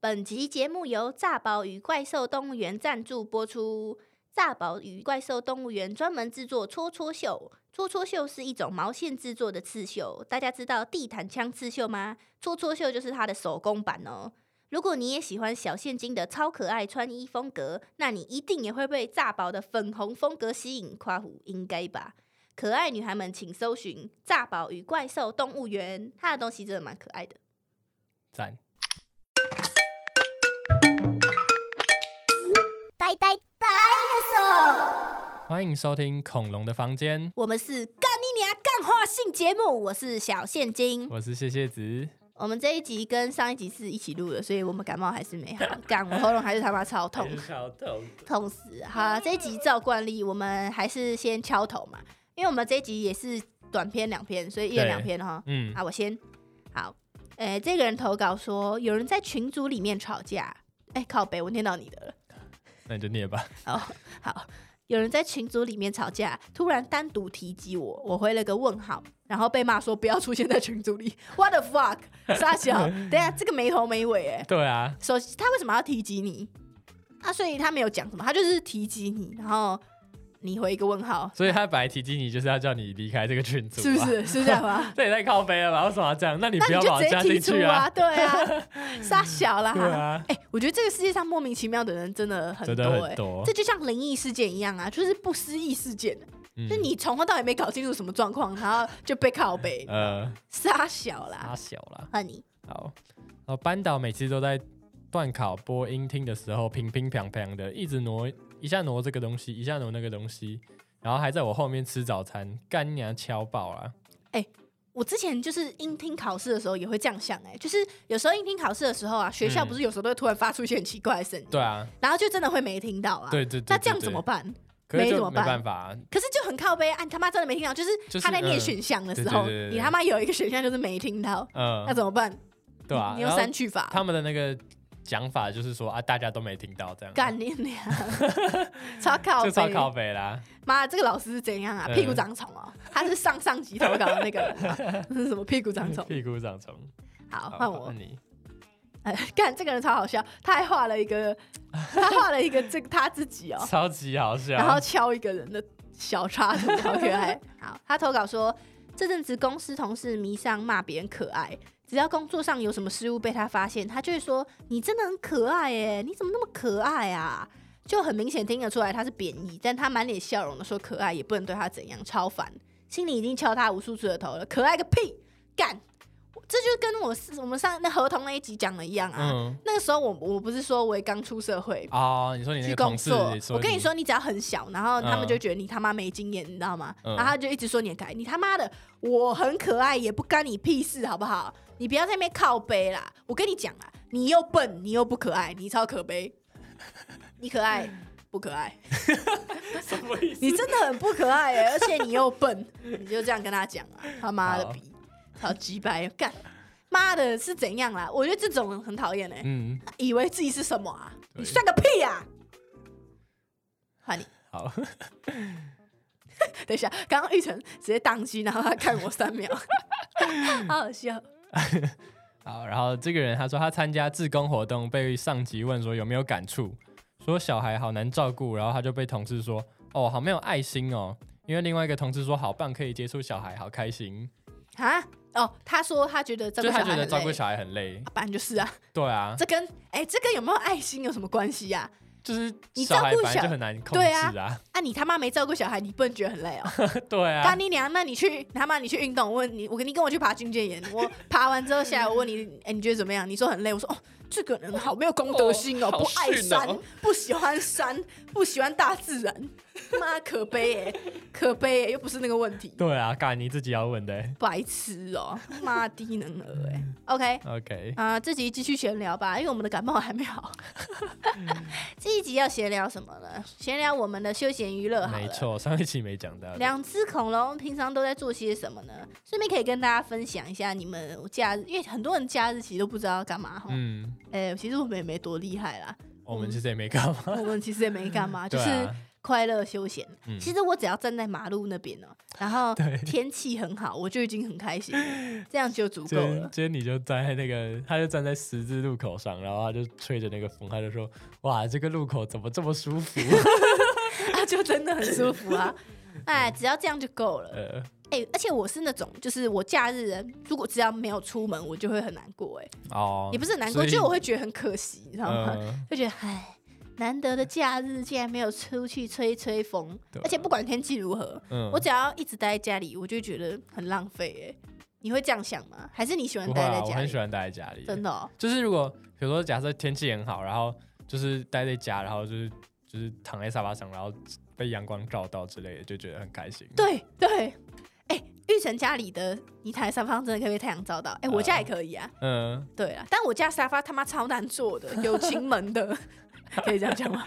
本集节目由炸宝与怪兽动物园赞助播出。炸宝与怪兽动物园专门制作戳戳绣，戳戳绣是一种毛线制作的刺绣。大家知道地毯枪刺绣吗？戳戳绣就是它的手工版哦。如果你也喜欢小现金的超可爱穿衣风格，那你一定也会被炸宝的粉红风格吸引。夸虎应该吧？可爱女孩们，请搜寻“炸宝与怪兽动物园”，它的东西真的蛮可爱的。赞。呆呆 dinosaur，欢迎收听《恐龙的房间》，我们是干你娘干话性节目，我是小现金。我是谢谢子。我们这一集跟上一集是一起录的，所以我们感冒还是没好，干我喉咙还是他妈超痛，好痛。痛死！好啦，这一集照惯例，我们还是先敲头嘛，因为我们这一集也是短篇两篇，所以一人对两篇哈。嗯，啊，我先好，诶、这个人投稿说有人在群组里面吵架，哎、靠北，我念到你的了。那你就念吧。 哦，好，有人在群组里面吵架，突然单独提及我，我回了个问号，然后被骂说不要出现在群组里。What the fuck？傻小，等一下这个没头没尾哎。对啊，首先，他为什么要提及你？啊，所以他没有讲什么，他就是提及你，然后你回一个问号，所以他本来提及你就是要叫你离开这个群组，啊是不？是？是这样吗？这也太靠背了吧？为什么要这样？那 你那不你要就把我直接加提进出去啊，！对啊， 傻小啦。对啊，哎、我觉得这个世界上莫名其妙的人真的 很真多的哎、很多这。就像灵异事件一样啊，就是不思议事件。嗯就你从头到尾没搞清楚什么状况，然后就被靠背 呃，杀小阿啦，小啦，恨你好。哦，班导每次都在断考播音听的时候，乒乒乓乓的，一直挪，一下挪这个东西，一下挪那个东西，然后还在我后面吃早餐，干娘敲爆啊！我之前就是应听考试的时候也会这样想、哎，就是有时候应听考试的时候啊，学校嗯不是有时候都会突然发出一些很奇怪的声音，对啊，然后就真的会没听到啊。对对对。那这样对怎么？办？对可没是怎就么没办办法啊，可是就很靠背啊，你他妈真的没听到，就是就是他在念嗯选项的时候，对对对对对你他妈有一个选项就是没听到，嗯那，怎么办？对啊，哎你用然后删去法，他们的那个讲法就是说啊，大家都没听到这样，干你娘， 超靠就背，超靠北啦。妈，这个老师是怎样啊？嗯屁股长虫哦，他是上上级投稿的那个人 啊，这是什么屁股长虫？屁股长虫，好，好嗯换我换。你，哎，干，这个人超好笑，他还画了一个，他画了一个这个他自己哦，超级好笑。然后敲一个人的小插图，好可爱。哎好，他投稿说，这阵子公司同事迷上骂别人可爱，只要工作上有什么失误被他发现，他就会说：“你真的很可爱耶，你怎么那么可爱啊？”就很明显听得出来他是贬义，但他满脸笑容的说可爱，也不能对他怎样，超烦。心里已经敲他无数次的头了，可爱个屁，干！这就跟我我们上那合同那一集讲的一样啊。嗯，那个时候我我不是说我也刚出社会，哦，你说你那去个工同事作，也，我跟你，说，你只要很小，然后他们嗯就觉得你他妈没经验，你知道吗？嗯然后他就一直说你很可爱，你他妈的，我很可爱也不干你屁事，好不好？你不要在那边靠背啦！我跟你讲啦，你又笨，你又不可爱，你超可悲，你可爱不可爱？什么意思？你真的很不可爱耶、而且你又 笨，你就这样跟他讲啊，他妈的好逼，好鸡掰，干妈的是怎样啦？我觉得这种人很讨厌哎、嗯，以为自己是什么啊？你对算个屁啊！换你。好，等一下，刚刚玉成直接宕机，然后他看我三秒， 好好笑。好，然后这个人他说他参加志工活动被上级问说有没有感触，说小孩好难照顾，然后他就被同事说哦好没有爱心哦，因为另外一个同事说好棒可以接触小孩，好开心，啊？哦，他说他觉得照就顾小他孩觉得很照顾累小孩很累啊，，本来就是啊，对啊，这跟哎、这跟有没有爱心有什么关系呀、就是你小孩照顾本来小就很难控对制啊啊，啊？你他妈没照顾小孩，你不能觉得很累 哦？对啊，干你娘！那你去他妈你去运动，我问你，我跟你跟我去爬军舰岩，我爬完之后下来，我问你，哎、你觉得怎么样？你说很累，我说哦，这个人好没有公德心哦，哦好不爱逊哦山，不喜欢山，不喜欢大自然，妈可悲哎、可悲、欸，又不是那个问题。对啊，干你自己要问的欸。白痴哦、妈低能儿哎、OK， OK，啊、这集继续闲聊吧，因为我们的感冒还没好。嗯 这一集要闲聊什么呢？闲聊我们的休闲娱乐好了。没错，上一期没讲到的。啊两只恐龙平常都在做些什么呢？顺便可以跟大家分享一下你们假日，因为很多人假日其实都不知道干嘛哈。哎、嗯，其实我们也没多厉害啦， 我们其实也没干嘛，嗯我们其实也没干嘛，就对是啊快乐休闲。嗯其实我只要站在马路那边哦，然后 对天气很好，我就已经很开心了，这样就足够今天了。今天你就站在那个，他就站在十字路口上，然后他就吹着那个风，他就说：“哇，这个路口怎么这么舒服啊，就真的很舒服啊！哎，只要这样就够？”了。 呃，哎、而且我是那种，就是我假日如果只要没有出门，我就会很难过、哎、哦，也不是很难所过，以就是我会觉得很可惜，你知道吗？呃就觉得哎，难得的假日竟然没有出去吹吹风对，啊而且不管天气如何，嗯我只要一直待在家里，我就会觉得很浪费、哎，你会这样想吗？还是你喜欢不会待在啊，我家很里？喜欢嗯待在家里，真的、哦，就是如果比如说假设天气很好，然后就是待在家，然后就是就是躺在沙发上，然后被阳光照到之类的，就觉得很开心。，对对。哎，玉成家里的你躺在沙发上，真的可以被太阳照到。哎、我家也可以啊。嗯，对啊，但我家沙发他妈超难坐 的，有晴门的，可以这样讲吗？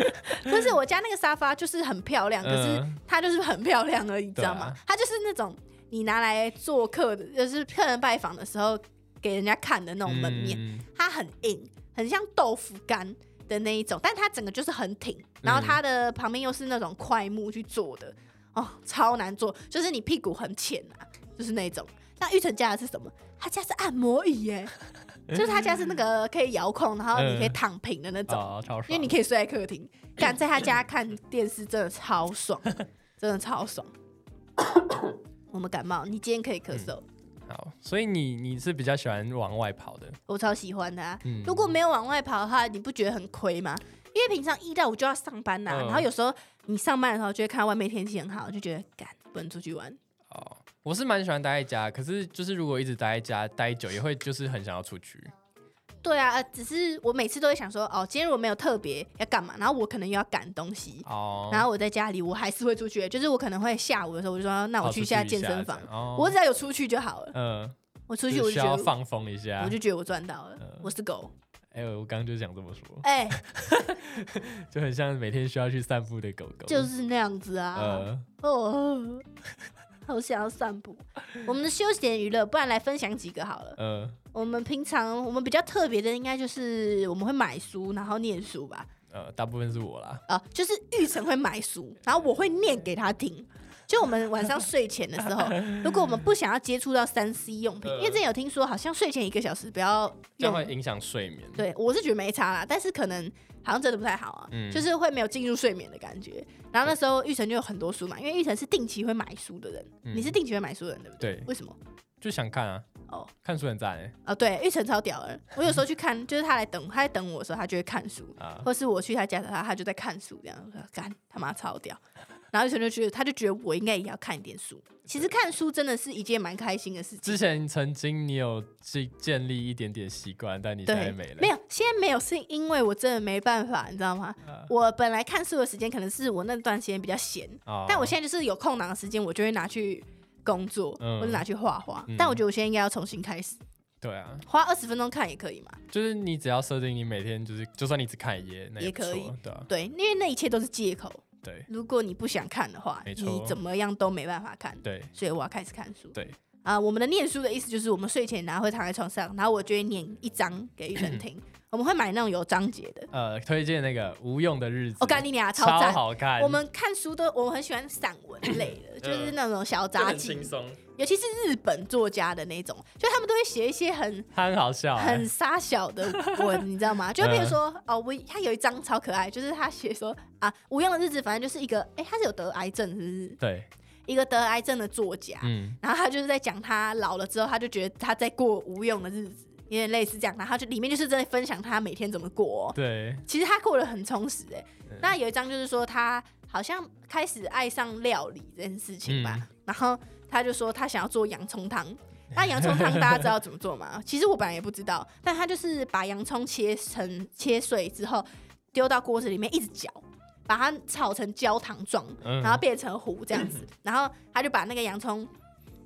但是我家那个沙发就是很漂亮，啊可是嗯它就是很漂亮而已，你知道吗？对啊它就是那种你拿来做客的，就是客人拜访的时候给人家看的那种门面，嗯它很硬，很像豆腐干。的那一种，但它整个就是很嗯挺，然后它的旁边又是那种块木去做的，哦，超难做，就是你屁股很浅啊，就是那种。那玉成家的是什么？他家是按摩椅 耶、就是他家是那个可以遥控，然后你可以嗯躺平的那种，哦，超爽，因为你可以睡在客 厅，敢在他家看电视真的超爽， 真的超 爽。我们感冒，你今天可以咳嗽，嗯好，所以你你是比较喜欢往外跑的，我超喜欢的、啊。嗯，如果没有往外跑的话，你不觉得很亏吗？因为平常一到五就要上班呐、嗯然后有时候你上班的时候就会看到外面天气很好，就觉得干不能出去玩。哦，我是蛮喜欢待在家，可是就是如果一直待在家待久，也会就是很想要出去。对啊，呃只是我每次都会想说，哦，今天如果没有特别要干嘛，然后我可能又要赶东西，哦，然后我在家里我还是会出去，就是我可能会下午的时候我就说，那我跑去出一一下健身这房样，哦、我只要有出去就好了。嗯，我出去就我是就需要觉得，放风一下我。就觉得我赚到了嗯，我是狗。哎、我刚刚就想这么说，哎，就很像每天需要去散步的狗狗。就是那样子啊。呃，哦， 好想要散步。我们的休闲娱乐，不然来分享几个好了。呃，我们平常我们比较特别的，应该就是我们会买书，然后念书吧。呃，大部分是我啦。啊，就是玉成会买书，然后我会念给他听。就我们晚上睡前的 时候，如果我们不想要接触到三 C 用品，呃因为之前有听说好像睡前一个小时不要这样用会，影响睡眠。，对我是觉得没差啦，但是可能好像真的不太好啊，嗯就是会没有进入睡眠的感觉。然后那时候玉成就有很多书嘛，因为玉成是定期会买书的人，嗯你是定期会买书的人对不对？对为什么？就想看啊，哦看书很赞哎、哦，对，玉成超屌的，我有时候去看，就是他来等他在等我的时候，他就会看书，啊，或是我去他家找他，他就在看书，这样我说干他妈超屌。然后就就觉得，他就觉得我应该也要看一点书。其实看书真的是一件蛮开心的事情。之前曾经你有建建立一点点习惯，但你现在对，没了。没有，现在没有，是因为我真的没办法，你知道吗？啊我本来看书的时间可能是我那段时间比较闲，哦但我现在就是有空档的时间，我就会拿去工作，嗯或者拿去画画。嗯但我觉得我现在应该要重新开始，对啊，花二十分钟看也可以嘛？就是你只要设定你每天就是，就算你只看一页，那也不错可以，对啊，对，因为那一切都是借口。对如果你不想看的话，没错你怎么样都没办法看。对所以我要开始看书。对，啊、我们的念书的意思就是我们睡前然后会躺在床上，然后我就会念一章给玉成 听。我们会买那种有章节的。呃，推荐那个无用的日子，我干你俩超哦超赞！好看，我 们看书都我们很喜欢散文类的，就是那种小嗯就杂很技轻，松，尤其是日本作家的那种，就他们都会写一些很它很好嗯笑、欸很，沙小的文，你知道 吗？就比如说，哦，我他有一张超可爱，就是他写说啊，无用的日子，反正就是一个，哎、他是有得癌症，是不是？对，一个得癌症的作家，嗯，然后他就是在讲他老了之后，他就觉得他在过无用的日子，有点类似这样。然后他就里面就是在分享他每天怎么过、哦对，其实他过得很充实哎、嗯那有一章就是说他好像开始爱上料理这件事情吧，然后他就说他想要做洋葱汤。那洋葱汤大家知道怎么做吗？其实我本来也不知道，但他就是把洋葱切成切碎之后，丢到锅子里面一直搅，把它炒成焦糖状，嗯然后变成糊这样 子，然后他就把那个洋葱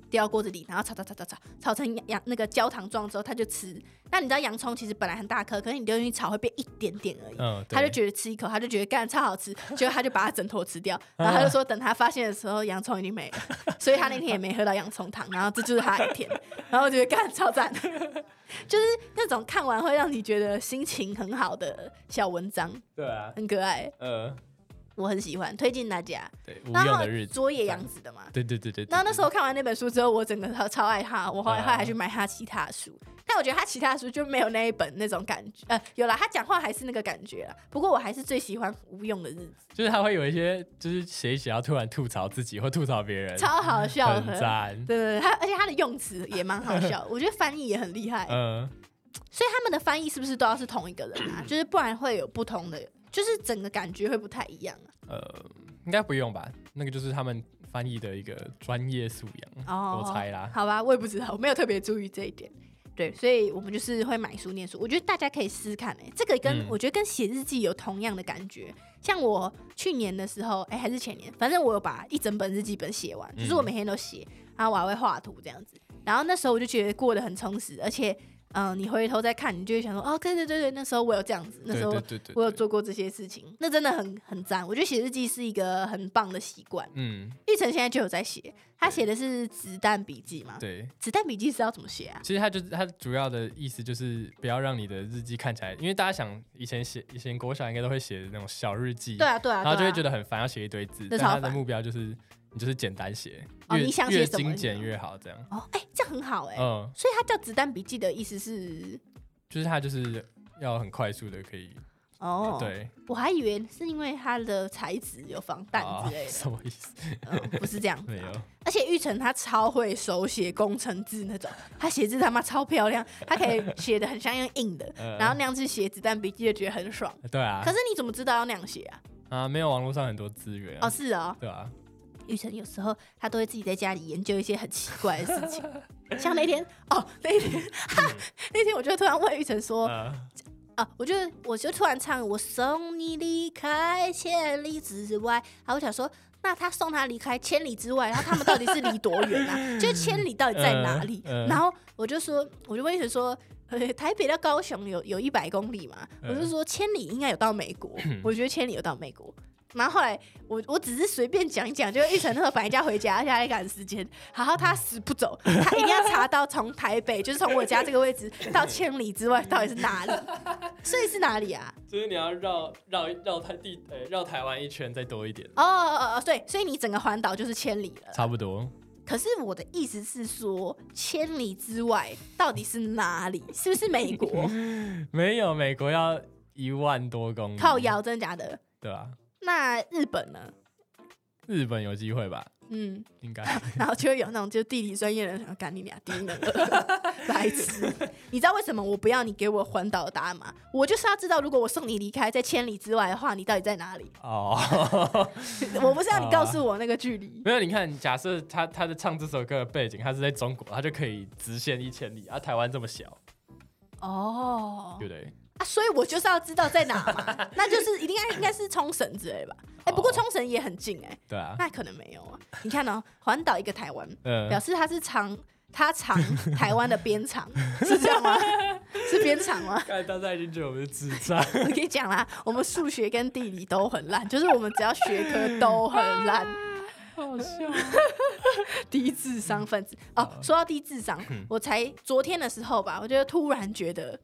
丢到锅子里，然后炒炒炒炒炒，炒成洋洋那个焦糖状之后，他就吃。那你知道洋葱其实本来很大颗，可是你丢进去炒会变一点点而已。嗯，他就对觉得吃一口，他就觉得干超好 吃，结果他就把它整坨吃掉，然后他就说等他发现的时候，洋葱已经没了，所以他那天也没喝到洋葱汤，然后这就是他一天，然后我觉得干超赞，就是那种看完会让你觉得心情很好的小文章，对啊，很可爱。呃，我很喜欢，推荐大家。对，无然用后的日子，佐野洋子的嘛。对对对对。然后那时候候看完那本书之后，我整个超超爱他，我后来嗯还去买他其他的书。但我觉得他其他的书就没有那一本那种感觉，呃，有啦，他讲话还是那个感觉啦。不过我还是最喜欢《无用的日子就是他会有一些，就是写一写，然后突然吐槽自己或吐槽别人》，，超好笑很的。赞。对对对，他而且他的用词也蛮好笑，我觉得翻译也很厉害。嗯，所以他们的翻译是不是都要是同一个人啊？就是不然会有不同的，就是整个感觉会不太一样啊。呃，应该不用吧？那个就是他们翻译的一个专业素养，哦我猜啦。好吧，我也不知道，我没有特别注意这一点。对，所以我们就是会买书念书。我觉得大家可以试试看、欸，这个跟、嗯我觉得跟写日记有同样的感觉。像我去年的时候，哎、还是前年，反正我有把一整本日记本写完，嗯就是我每天都写，然后我还会画图这样子。然后那时候我就觉得过得很充实，而且，嗯、你回头再看，你就会想说，哦，对对对对，那时候我有这样子，那对时候对对对，我有对做过这些事情，那真的很很赞。我觉得写日记是一个很棒的习惯。嗯，玉成现在就有在写，他写的是子弹笔记嘛？对。子弹笔记是要怎么写啊？其实它就是它主要的意思就是不要让你的日记看起来，因为大家想以前写以前国小应该都会写的那种小日记，对啊，对啊，然后就对啊会觉得很烦，要写一堆字。那但超他的烦目标就是你就是简单写，啊哦越你想写越什么精你简就越好，这样。哦，哎、这样很好哎、嗯，所以它叫子弹笔记的意思是就是它就是要很快速的可以，哦，，对，我还以为是因为它的材质有防弹啊 之类的，什么意思？嗯，不是这 样子没啊、有，而且玉成他超会手写工程字那种，他写字他妈超漂亮，他可以写的很像用印 的，呃然后那样去写子弹笔记就觉得很爽。对啊可，是你怎么知道要那样写啊？啊，没有网络上很多资源哦，，是哦，对啊，玉成有时候他都会自己在家里研究一些很奇怪的事情，像那天哦，那一天哈，那天我就突然问玉成说呃啊，我就我就突然唱我送你离开千里之外，然后我想说。那他送他离开千里之外，然后他们到底是离多远啊？就是千里到底在哪里？嗯嗯然后我就说，我就问玉成说， 呃，台北到高雄有有一百公里嘛？嗯我就说千里应该有到美国，我觉得千里有到美国。然后后来我我只是随便讲一讲，就一晨那个白家回家，而 且还赶时间，然后他死不走，他一定要查到从台北， 就是从我家这个位置到千里之外到底是 哪里，所以是哪里啊？就是你要绕绕绕台地，呃，绕台湾一圈再多一点，哦哦哦，对，所以你整个环岛就是千里了。差不多，可是我的意思是说，千里之外到底是哪里？是不是美 国？没有，美国要一万多公里，靠，摇，真的假的？对吧？那日本呢？日本有机会吧？嗯，应该， 然后就会有那种就地理专业的人想干你俩低能儿 白痴。你知道为什么我不要你给我环岛的答案吗？我就是要知道，如果我送你离开在千里之外的话，你到底在 哪里？哦， 我不是要你好啊告诉我那个距离。没有，你看，假设他他在唱这首歌的背景，他是在中国，他就可以直线一千里，啊，台湾这么小，哦对不对？啊，所以我就是要知道在哪嘛， 那就是一定应该应该是冲绳之类吧？哎、不过冲绳也很近哎、对啊，那可能没有啊。你看哦，环岛一个台湾，嗯表示它是长，它长台湾的边长，是这样吗？ 是边长吗？看大家已经觉得我们是智障， 我跟你讲啦，我们数学跟地理都很烂，就是我们只要学科都很烂，好笑。 嗯低智商分子。哦，说到低智商，我才昨天的时候吧，我就突然觉得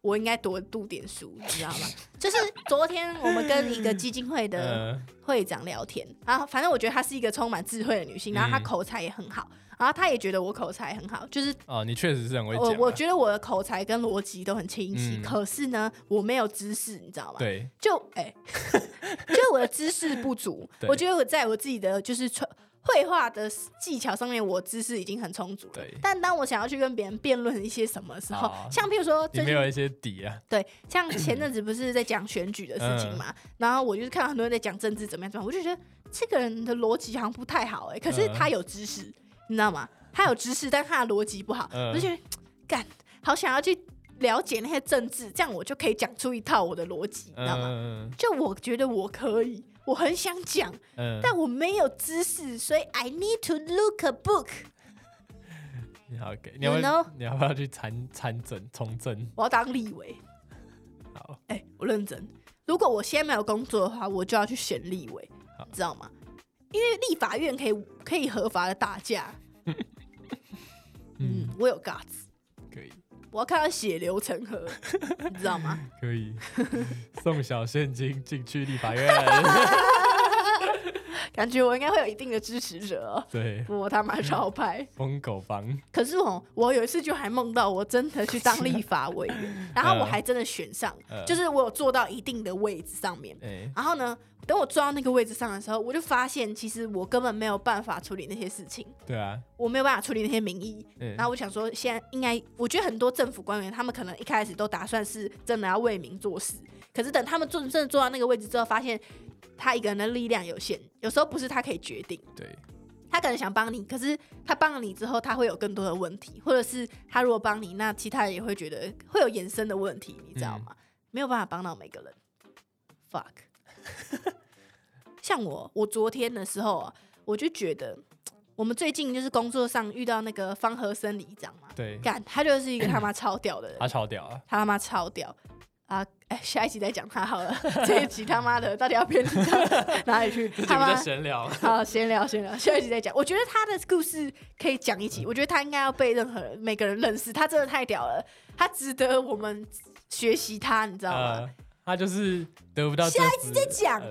我应该多读点书，你知道 吗？就是昨天我们跟一个基金会的嗯会长聊天，然后反正我觉得她是一个充满智慧的女性，然后她嗯口才也很好，然后她也觉得我口才很好，就是哦，你确实是很会讲我啊，我觉得我的口才跟逻辑都很清晰，嗯可是呢，我没有知识，你知道吗？对，就哎、就是我的知识不足 ，对我觉得我在我自己的就是传绘画的技巧上面，我知识已经很充足了 对。但当我想要去跟别人辩论一些什么的时候，啊像譬如说你最没近有一些底啊，对，像前阵子不是在讲选举的事嗯情嘛，然后我就是看到很多人在讲政治怎么样怎么样，我就觉得这个人的逻辑好像不太好哎、可是嗯他有知识，你知道吗？他有知识，但他的逻辑不好，嗯我就觉得干，好想要去了解那些政治，这样我就可以讲出一套我的逻辑，你知道吗？嗯就我觉得我可以，我很想讲，嗯，但我没有知识，所以 I need to look a book。你好给，你要不要 know- 你要不要去参参政从政？我要当立委，好，哎、我认真。如果我现在没有工作的话，我就要去选立委，好你知道吗？因为立法院可以可以合法的打 架。嗯嗯，，我有 guts，可以我要看到血流成河， 你知道吗？ 可以，送小现金进去立法院，感觉我应该会有一定的支持者哦。对，我他妈超派！疯狗帮，可是哦，我有一次就还梦到我真的去当立法委员，然后我还真的选上，呃就是我有坐到一定的位置上面。哎、然后呢，等我坐到那个位置上的时候，我就发现其实我根本没有办法处理那些事情，对啊，我没有办法处理那些民意。嗯、然后我想说，现在应该，我觉得很多政府官员他们可能一开始都打算是真的要为民做事，可是等他们真真的坐到那个位置之后，发现他一个人的力量有限，有时候不是他可以决定。对，他可能想帮你，可是他帮了你之后，他会有更多的问题，或者是他如果帮你，那其他人也会觉得会有衍生的问题，你知道吗？嗯没有办法帮到每个人。fuck，像我，我昨天的时候啊，我就觉得我们最近就是工作上遇到那个方和生里长嘛，对，干他就是一个他妈超屌 的人，他超 屌啊！他他妈超屌啊！哎，下一集再讲他好了， 这一集他妈的到底要变成 到哪里去？这他妈闲聊，好，闲聊闲聊，下一集再讲。我觉得他的故事可以讲一嗯集，我觉得他应该要被任何人每个人认识，他真的太屌了，他值得我们学习他，你知道吗？呃，他就是得不到呃下一集再讲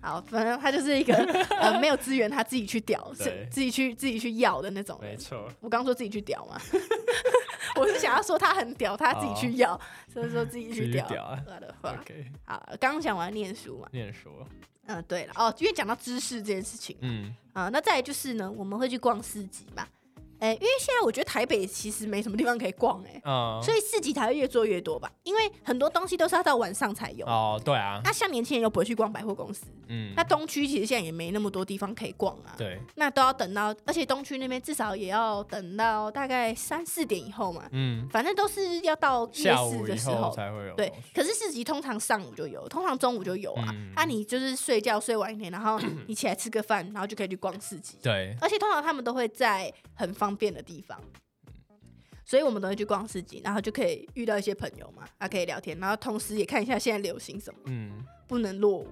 好，反正他就是 一个呃没有资源，他自己去屌，是对自己去自己去要的那种没人。错，我刚说自己去屌 嘛，我是想要说他很屌，他自己去哦要，所以说自己继去续屌。屌啊我的话， ！OK，好，刚讲完念书嘛，念说，嗯，对了，哦，因为讲到知识这件事情，嗯，啊、那再来就是呢，我们会去逛市集嘛。哎、因为现在我觉得台北其实没什么地方可以逛、哎、哦，所以市集才会越做越多吧。因为很多东西都是要到晚上才有。哦，对啊，那像年轻人又不会去逛百货公司，嗯，那东区其实现在也没那么多地方可以逛啊。对，那都要等到，而且东区那边至少也要等到大概三四点以后嘛，嗯，反正都是要到夜下市午的以时后候。才会有对东西，，可是市集通常上午就有，通常中午就有啊。嗯那、你就是睡觉睡晚一点，然 后你起来吃个饭，然后就可以去逛市集。对，而且通常他们都会在很方便的地方，嗯所以我们都会去逛市集，然后就可以遇到一些朋友嘛，啊可以聊天，然后同时也看一下现在流行什么，嗯，不能落 伍。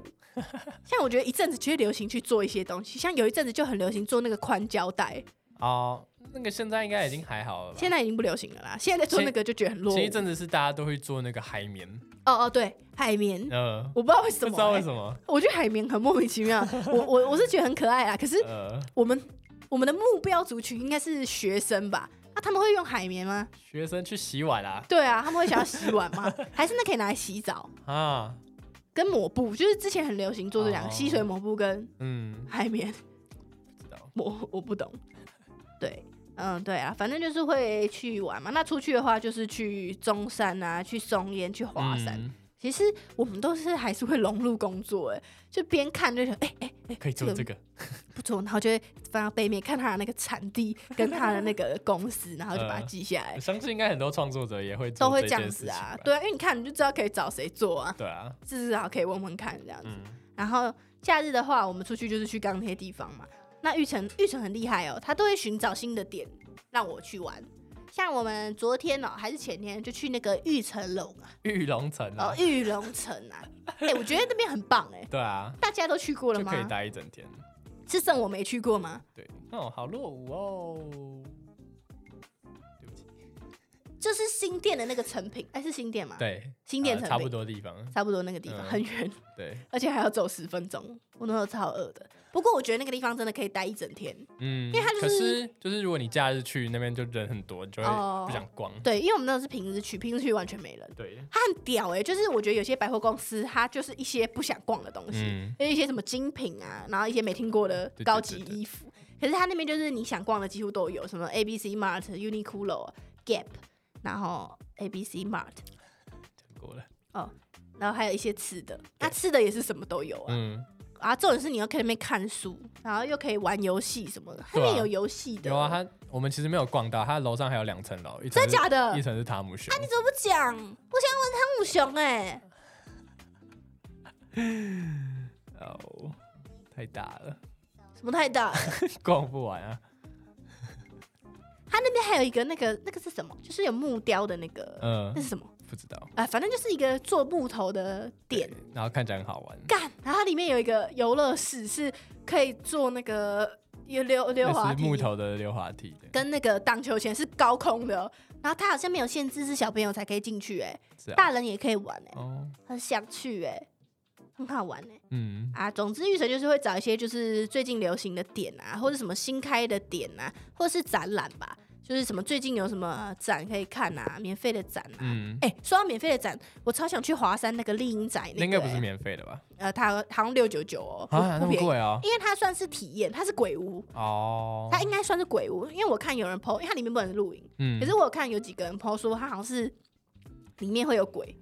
像我觉得一阵子就会流行去做一些东西，像有一阵子就很流行做那个宽胶带，哦，那个现在应该已经还好了吧。现在已经不流行了啦。现在在做那个就觉得很落伍前一。阵子是大家都会做那个海绵，哦哦，对，海绵，呃，我不知道为不什知嗯么、道为欸什么，我觉得海绵很莫名其 妙。我我我是觉得很可爱啦，可是呃，我们我们的目标族群应该是学生吧？那、他们会用海绵吗？学生去洗碗啦，对啊，他们会想要洗碗 吗？还是那可以拿来洗澡？啊，跟抹布，就是之前很流行做这两个、哦吸水抹布跟嗯，海绵， 不知道，我我不懂。对，嗯，对啊，反正就是会去玩嘛。那出去的话，就是去中山啊，去松烟，去华山。嗯其实我们都是还是会融入工作，哎，就边看就想，哎、哎、哎、可以做这这个个，不错，然后就会翻到背面看他的那个产 地跟他的那个公司，然后就把它记下来我，相信应该很多创作者也会嗯做哎都会这这件样事子啊情吧。对啊，因为你看你就知道可以找谁做啊。对啊，至少可以问问看这样子。嗯，然后假日的话，我们出去就是去刚那些地方嘛。那玉成玉成很厉害哦，他都会寻找新的点让我去玩。像我们昨天哦，还是前天就去那个玉成龙啊，玉龙城啊哦，，玉龙城 啊，哎、我觉得那边很棒哎、对啊，大家都去过了就可以吗？待一整天。是剩我没去过吗？对，哦，好落伍哦。对不起，就是新店的那个成品，哎、是新店吗？，对，新店呃成差不品多地方，差不多那个地方、嗯很远，对，而且还要走十分钟，我那时候超饿的。不过我觉得那个地方真的可以待一整天，因嗯，为它就可是是就是如果你假日去那边就人很多，你就哦会不想逛。对，因为我们那时候是平日去，平日去完全没人。对，它很屌哎、就是我觉得有些百货公司，它就是一些不想逛的东西，嗯有一些什么精品啊，然后一些没听过的对对高级对对衣服。可是它那边就是你想逛的几乎都有，什么 A B C Mart、Uniqlo、Gap，然后 A B C Mart，讲过了。然后还有一些吃的。那吃的也是什么都有啊。嗯，啊，重点是你又可以在那边看书，然后又可以玩游戏什么的，它对啊那边有游戏的。有啊，它我们其实没有逛到，它楼上还有两层楼，一层真的是假的？啊一层是塔姆熊。你怎么不讲？我想问汤姆熊哎、哦，太大了，什么太啊大了？逛不完啊。它那边还有一个那个那个是什么？就是有木雕的那个，嗯那，是什么？不知道。啊、反正就是一个做木头的店对，然后看起来很好玩，干，然后它里面有一个游乐室，是可以做那个有溜溜那滑是梯，木头的溜滑梯的，跟那个荡秋千是高空的哦，然后它好像没有限制是小朋友才可以进去、哎、是啊。大人也可以玩、哎、哦，很想去、哎，很好玩呢、嗯，啊，总之玉成就是会找一些就是最近流行的点啊，或者什么新开的点啊，或是展览吧，就是什么最近有什么展可以看啊，免费的展啊。嗯，哎、说到免费的展，我超想去华山那个丽英展、那那应个该欸、不是免费的吧？呃，它好像六九九哦，不啊，那不么便宜，贵哦。因为它算是体验，它是鬼屋，哦，它应该算是鬼屋，因为我看有人 PO，因为它里面不能露营，嗯可是我有看有几个人 PO 说它好像是里面会有鬼，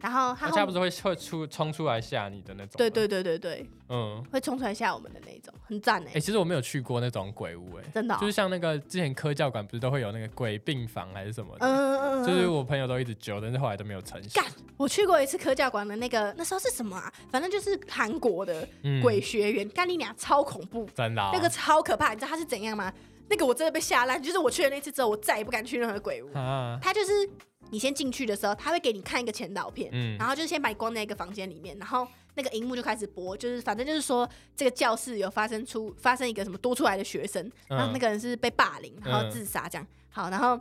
然后它而后且哦它不是会会出冲出来吓你的那种？对，对对对对，嗯，会冲出来吓我们的那一种，很赞哎、哎，其实我没有去过那种鬼屋，哎，真的哦、就是像那个之前科教馆不是都会有那个鬼病房还是什么的，嗯嗯嗯，就是我朋友都一直揪，但是后来都没有成型干。我去过一次科教馆的那个，那时候是什么啊？反正就是韩国的嗯鬼学院，干你俩超恐怖，真的哦那个超可怕。你知道它是怎样吗？那个我真的被吓烂，就是我去了那次之后，我再也不敢去任何鬼屋。啊，它就是你先进去的时候，他会给你看一个前导片，嗯然后就是先把你关在一个房间里面，然后那个荧幕就开始播，就是反正就是说这个教室有发生出发生一个什么多出来的学生，嗯然后那个人是被霸凌，然后嗯自杀这样。好，然后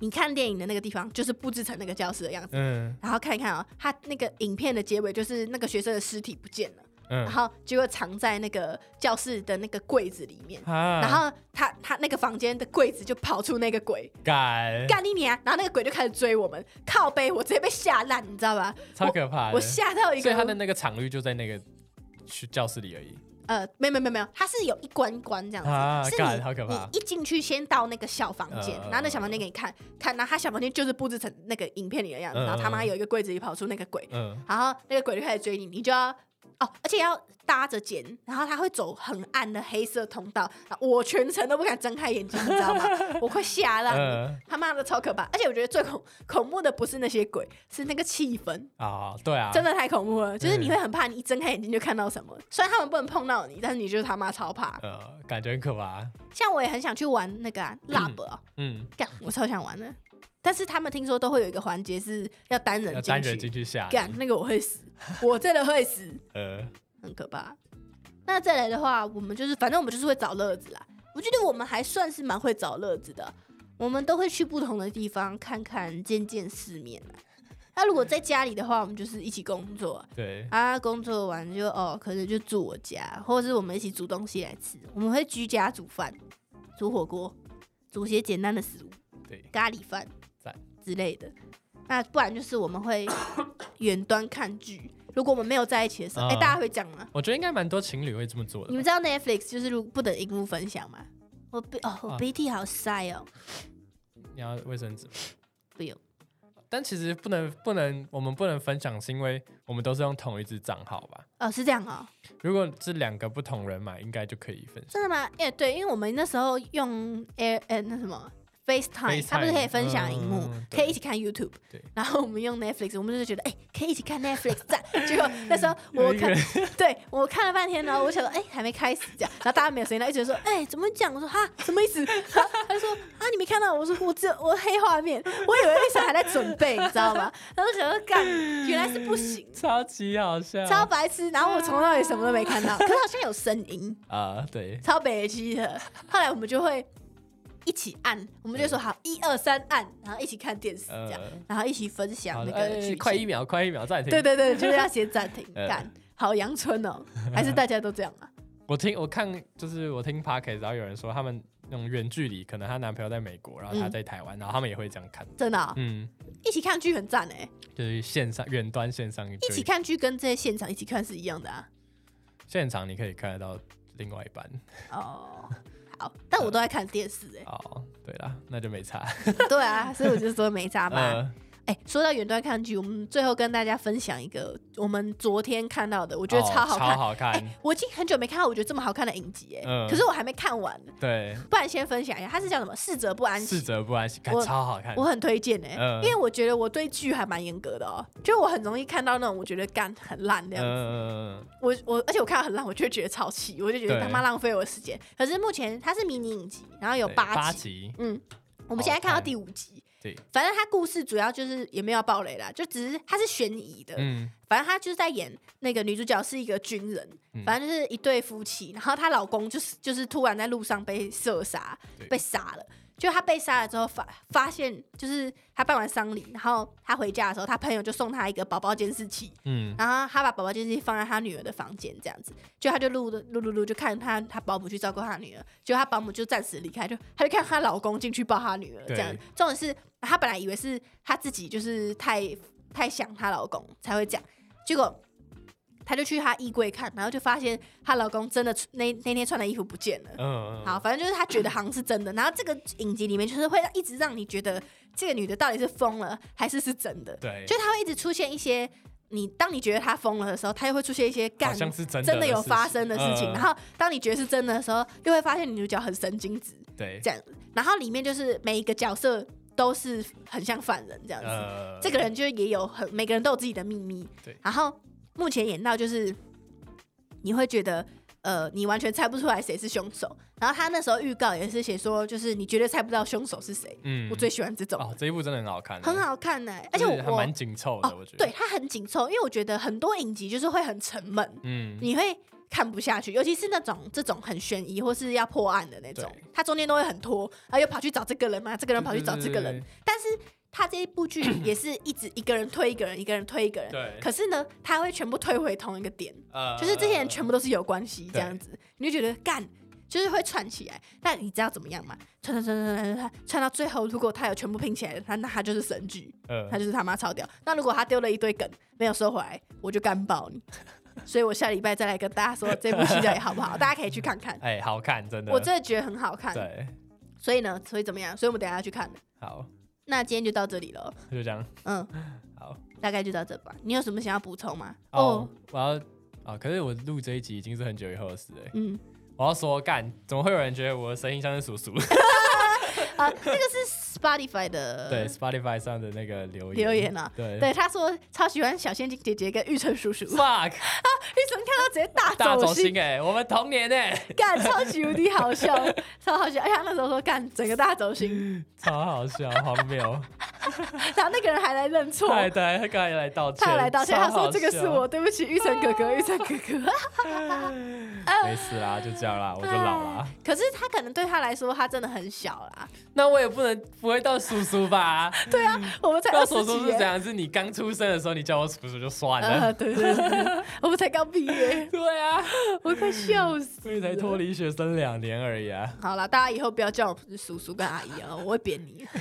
你看电影的那个地方就是布置成那个教室的样子。嗯然后看一看哦，他那个影片的结尾就是那个学生的尸体不见了，嗯然，后结果藏在那个教室的那个柜子里面，然然后他他那个房间的柜子就跑出那个鬼，嗯改干你娘！然后那个鬼就开始追我们，靠背，我直接被吓烂，你知道吧？超可怕的，我吓到一个所以，他的那个场域就在那个去教室里而已。呃，没有没有没有没有，它是有一关一关这样子，啊是干你好可怕你一进去先到那个小房间，呃然后那小房间给你看看，然后他小房间就是布置成那个影片里的样子，嗯然后他妈有一个柜子里跑出那个鬼，嗯然后那个鬼就开始追你，你就要哦，而且要搭着肩，然后他会走很暗的黑色通道，啊我全程都不敢睁开眼睛，你知 道吗？我快吓烂了。嗯他妈的超可怕，而且我觉得最恐恐怖的不是那些鬼，是那个气氛，啊，对啊，真的的太恐怖了。就是你会很怕，你一睁开眼睛就看到什么。虽然他们不能碰到你，但是你就是他妈超怕。呃，感觉很可怕。像我也很想去玩那个 啊 lab，啊嗯，干、我超想玩的。但是他们听说都会有一个环节是要单人要进单人去进，去下，干那个我会死， 我真的会死。呃，很可怕。那再来的话，我们就是反正我们就是会找乐子啦。我觉得我们还算是蛮会找乐子的，我们都会去不同的地方看看，见见世面啦。那如果在家里的话，我们就是一起工作对，啊，工作完就哦，可能就住我家，或者是我们一起煮东西来吃。我们会居家煮饭、煮火锅、煮些简单的食物，对咖喱饭赞之类的。那不然就是我们 会远端看剧。如果我们没有在一起的时候，哎、嗯大家会讲吗？我觉得应该蛮多情侣会这么做你的吧。们知道 Netflix 就是如不等荧幕分享吗？我鼻哦，我啊鼻涕好塞哦，你要卫生纸吗？不用。但其实不能不能，我们不能分享，是因为我们都是用同一只账号吧？哦，是这样哦，如果是两个不同人买，应该就可以分享。真的吗？哎、对，因为我们那时候用 Air 呃、那什么 FaceTime， FaceTime，它不是可以分享荧幕，嗯对可以一起看 YouTube 对。 然后我们用 Netflix，我们就觉得哎、可以一起看 Netflix 赞。结果那 时候我有一个看人，对我看了半天呢，我想说哎、还没开始这样，然后大家没有时间，他一直说哎、怎么讲？我说哈什么意思？ 然后他就说啊你没看到？我说我只有我黑画面，我以为那时候还在准备，你知道吗？然后想说干原来是不 行。超级好笑超白痴，然后我从头到尾什么都没看到，可是好像有声音，啊！对，超北七的。后来我们就会一起按，我们就说好一二三按，然后一起看电视这样，嗯呃，然后一起分好享那的，个哎剧情。快一秒，快一秒，暂停。对对对，就是要先暂停 呃干，好阳春 哦，还是大家都这样啊？我听我看就是我听 p o c k e t 然后有人说他们那种远距离，可能她男朋友在美国，然后她嗯在台湾，然后他们也会这样看，真的哦，嗯，一起看剧很赞哎，就是线上远端线上一一起看剧跟这些现场一起看是一样的啊。现场你可以看得到另外一半哦，好，但我都在看电视哎。哦，对啦，那就没差， 对啊，所以我就说没差嘛。呃，哎、说到远端看剧，我们最后跟大家分享一个我们昨天看到的，我觉得哦超好看。超好哎、看，我已经很久没看到我觉得这么好看的影集哎、嗯可是我还没看完，对，不然先分享一下，它是叫什么？逝者不安逝息。者不安息，看我超好看我，很推荐哎、嗯因为我觉得我对剧还蛮严格的哦、就我很容易看到那种我觉得干很烂这样子，嗯，我我而且我看到很烂，我就觉得超气，我就觉得对他妈浪费我的时间。可是目前它是迷你影集，然后有对八集，集，嗯，我们好现在看到看第五集，对，反正它故事主要就是也没有要暴雷啦，就只是它是悬疑的，嗯，反正她就是在演那个女主角是一个军人，嗯反正就是一对夫妻，然后她老公就是就是突然在路上被射杀对，被杀了。就他被杀了之后发发现，就是他办完丧礼，然后他回家的时候，他朋友就送他一个宝宝监视器，嗯，然后他把宝宝监视器放在他女儿的房间，这样子，就他就录的录录录，就看他他保姆去照顾他女儿，结果他保姆就暂时离开，就他就看她老公进去抱他女儿，对这样。重点是她本来以为是她自己就是太太想她老公才会这样，结果她就去她衣柜看，然后就发现她老公真的那那天穿的衣服不见了。嗯，嗯好，，反正就是他觉得好像是真的。然后这个影集里面就是会一直让你觉得这个女的到底是疯了还是是真的，对，就她会一直出现一些你当你觉得她疯了的时候，她又会出现一些好干像是真真的有事发生的事情。嗯然后当你觉得是真的的时候，又会发现女主角很神经质对，这样。然后里面就是每一个角色都是很像犯人这样子。呃这个人就也有很每个人都有自己的秘密。对然后目前演到就是你会觉得。呃，你完全猜不出来谁是凶手。然后他那时候预告也是写说，就是你绝对猜不到凶手是谁。嗯我最喜欢这种，哦，这一部真的很好看，很，好看呢、而而且我还蛮紧凑的，我觉哦得。对，它很紧凑，因为我觉得很多影集就是会很沉闷，嗯，你会看不下去，尤其是那种这种很悬疑或是要破案的那种对，它中间都会很拖，然后又跑去找这个人嘛，这个人跑去找这个人，对，但是他这一部 剧也是一直一个人推一个人，一个人推一个人。对可是呢，他会全部推回同一个点，呃就是这些人全部部都是有关系对这样子，你就觉得干，就是会串起来。但你知道怎么样吗？串串串串串串串到最后，如果他有全部拼起来，那那他就是神剧，呃他就是他妈超屌。那如果他丢了一堆梗没有收回来，我就干爆你。 所以我下礼拜再来跟大家说这部戏到底好不好，大家可以去看看。哎，好看，真的，我真的觉得很好看，对，所以呢，所以怎么样？所以我们等一下去看的。好，那今天就到这里了。就这样。嗯，好，大概就到这吧。你有什么想要补充吗？哦，，我要啊，可是我录这一集已经是很久以后的事哎。嗯，我要说，干，怎么会有人觉得我的声音像是叔叔？啊，这个是 Spotify 的 对，Spotify 上的那个留言呃留言啊。对对，他说超喜欢小仙境姐姐跟玉成叔叔，玉 成看，fuck，到直接大大走轴心哎，我们童年哎，干超级无敌好笑，超好笑。而且他那时候说干整个大走心，超好笑，荒 谬。然后那个人还来认错，对对，他刚才来道歉，他来道歉，超他好说这个是笑我，对不起，玉成哥哥，玉成哥哥。没事啦，就这样啦，我就老啦。 可是他可能对他来说，他真的很小啦。那我也不能不会到叔叔 吧？对啊， 我们才到二叔十叔几是怎耶，样？是你刚出生的时候，你叫我叔叔就算了。呃，对 对对，我们才刚毕业， 对啊，我快笑死。所以才脱离学生两年而已啊。好了，大家以后不要叫我叔叔跟阿姨啊，我会扁你。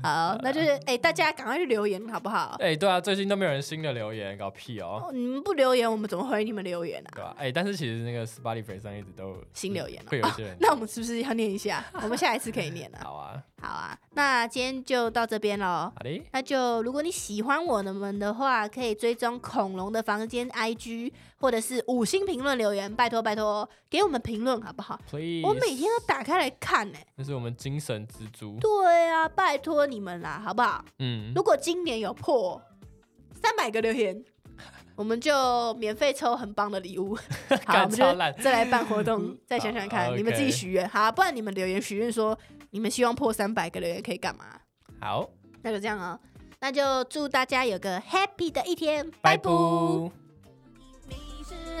好，那就是哎、大家赶快去留言好不好？哎、对啊，最近都没有人新的留言，搞屁哦，哦你们不留言，我们怎么回你们留言啊？对吧、哎、但是其实那个 Spotify 上一直都有新留言、哦会有一些哦人。那我们是不是要念一下？我们下一次可以念啊。好啊， 好啊，那今天就到这边喽。好的，那就如果你喜欢我们的话，可以追踪恐龙的房间 IG，或者是五星评论留言，拜托拜托，给我们评论好不好？ please，我每天都打开来看呢、那是我们精神支柱。对啊，拜托你们啦，好不好？嗯如，果今年有破三百个留言，我们就免费抽很棒的礼 物。好，我干们超烂就再来办活 动，再想想好看， ，OK 你们自己许愿。好，不然你们留言许愿说你们希望破三百个留言可以干嘛？好，那就这样哦，那就祝大家有个 happy 的一天，拜拜拜。拜。迷失